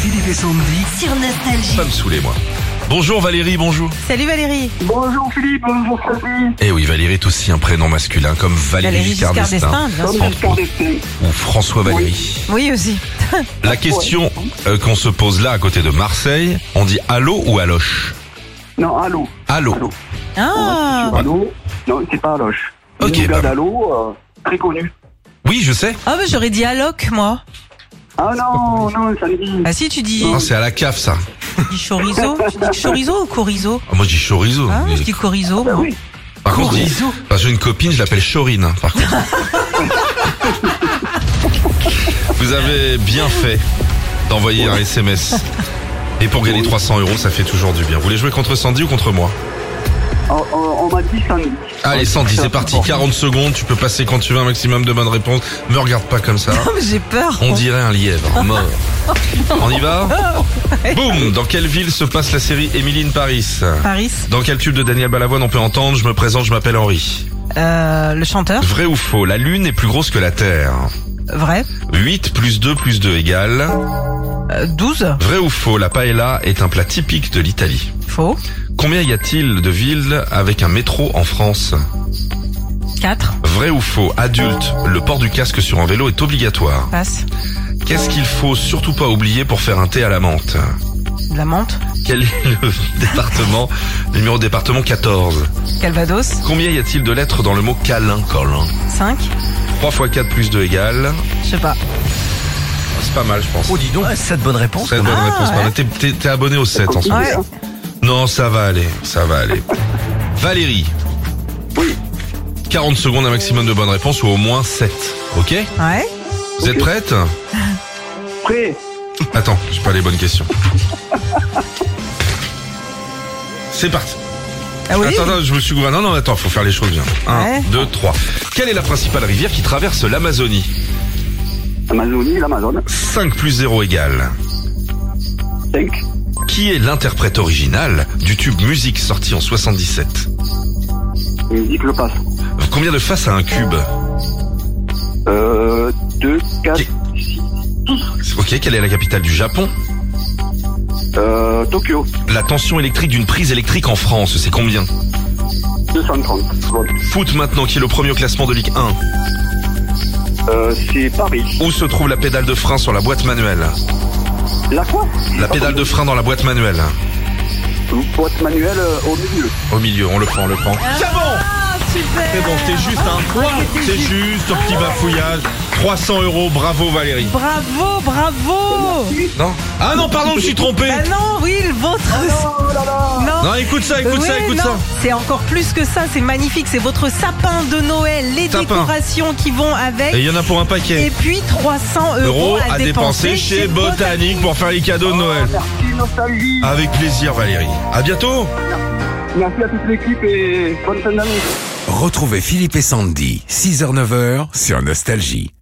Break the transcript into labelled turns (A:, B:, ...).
A: Philippe et Sandy.
B: sur Nostalgie.
C: Ça me saoulait, moi. Bonjour Valérie, bonjour.
D: Salut Valérie.
E: Bonjour Philippe, bonjour Sophie.
C: Eh oui, Valérie est aussi un prénom masculin, comme Valérie,
D: Valérie Giscard d'Estaing, bien sûr.
C: Entre autres, ou François Valéry.
D: Oui aussi.
C: La question euh, qu'on se pose là, à côté de Marseille, on dit allô ou aloche
E: Non, allô.
C: Allô.
E: Allô.
D: Ah,
C: Oh,
E: Allô Non, c'est pas Aloche.
C: Ok,
E: Le
C: bah.
E: gars d'Allo, euh, très connu.
C: Oui, je sais.
D: ah mais j'aurais dit alloc moi.
E: Ah non, non, ça me dit.
D: Ah si tu dis,
C: Ah, c'est à la cave, ça.
D: tu dis chorizo, tu dis chorizo ou corizo
C: Ah, moi, je dis chorizo.
D: Ah,
C: Mais-
D: je dis corizo. moi.
E: oui.
C: Par contre, je dis-
D: Chorizo.
C: parce que j'ai une copine, je l'appelle Chorine. Par contre. Vous avez bien fait d'envoyer un SMS. Et pour gagner 300 euros, ça fait toujours du bien. Vous voulez jouer contre Sandy ou contre moi
E: On, Oh, on- on m'a dit samedi.
C: Allez Sandy, c'est parti. 40 secondes, tu peux passer quand tu veux un maximum de bonnes réponses. Me regarde pas comme ça.
D: Ah, mais J'ai peur.
C: On dirait un lièvre mort. On y va
D: Oh,
C: Boum Dans quelle ville se passe la série Emily in Paris
D: Paris,
C: Dans quel tube de Daniel Balavoine on peut entendre Je me présente, je m'appelle Henri.
D: euh, le chanteur,
C: Vrai ou faux La Lune est plus grosse que la Terre.
D: vrai.
C: 8 plus 2 plus 2 égale.
D: Euh, 12,
C: Vrai ou faux La paella est un plat typique de l'Italie.
D: faux.
C: Combien y a-t-il de villes avec un métro en France
D: 4,
C: Vrai ou faux Adulte, le port du casque sur un vélo est obligatoire.
D: passe.
C: Qu'est-ce qu'il faut surtout pas oublier pour faire un thé à la menthe
D: De la menthe,
C: Quel est le département Numéro département 14.
D: Calvados,
C: Combien y a-t-il de lettres dans le mot câlin, Colin
D: 5,
C: 3 x 4 plus 2 égale.
D: je sais pas.
C: C'est pas mal, je pense.
A: Oh, dis donc. cette bonne réponse.
C: Très bonne
D: Ah,
C: réponse. Marlène. T'es- T'es t'es abonné au 7 en ce moment.
D: Ouais.
C: Non, ça va aller, ça va aller. Valérie.
E: Oui.
C: 40 secondes un maximum de bonnes réponses ou au moins 7. Ok
D: Ouais.
C: Vous êtes
E: Ok.
C: prête
E: Prêt
C: Attends, j'ai pas les bonnes questions. C'est parti.
D: Ah oui.
C: Attends, attends, je me suis gouré. Non, non, attends, faut faire les choses bien. 1,
D: Ouais.
C: 2, 3. Quelle est la principale rivière qui traverse l'Amazonie
E: Amazonie, l'Amazon.
C: 5 plus 0 égale.
E: 5.
C: Qui est l'interprète original du tube musique sorti en 77
E: Musique, je passe.
C: Combien de faces a un cube
E: Euh, 2, 4,
C: Ok. Ok, quelle est la capitale du Japon
E: euh, Tokyo.
C: La tension électrique d'une prise électrique en France, c'est combien
E: 230. Bon.
C: Foot maintenant qui est le premier au classement de Ligue 1.
E: Euh, c'est Paris.
C: Où se trouve la pédale de frein sur la boîte manuelle
E: La quoi
C: La pédale de frein dans la boîte manuelle.
E: Boîte manuelle euh, au milieu.
C: Au milieu, on le prend, on le prend. C'est bon
D: Ah, super.
C: C'est bon, c'est juste un C'est juste un petit bafouillage. 300 euros, bravo Valérie.
D: Bravo, bravo.
C: Non Ah non, pardon, je suis trompé.
D: Ah non, oui, le vôtre. Non.
C: Non, écoute ça, écoute ça,
D: Oui,
C: écoute
D: non,
C: ça.
D: C'est encore plus que ça, c'est magnifique. C'est votre sapin de Noël, les
C: Sapin.
D: décorations qui vont avec.
C: Et il y en a pour un
D: Et
C: paquet.
D: puis 300 euros
C: Euros à dépenser chez Botanique pour faire les cadeaux de Noël.
E: Merci, nostalgie.
C: Avec plaisir Valérie. À bientôt.
E: Merci à toute l'équipe et bonne fin d'année.
A: Retrouvez Philippe et Sandy, 6h-9h sur Nostalgie.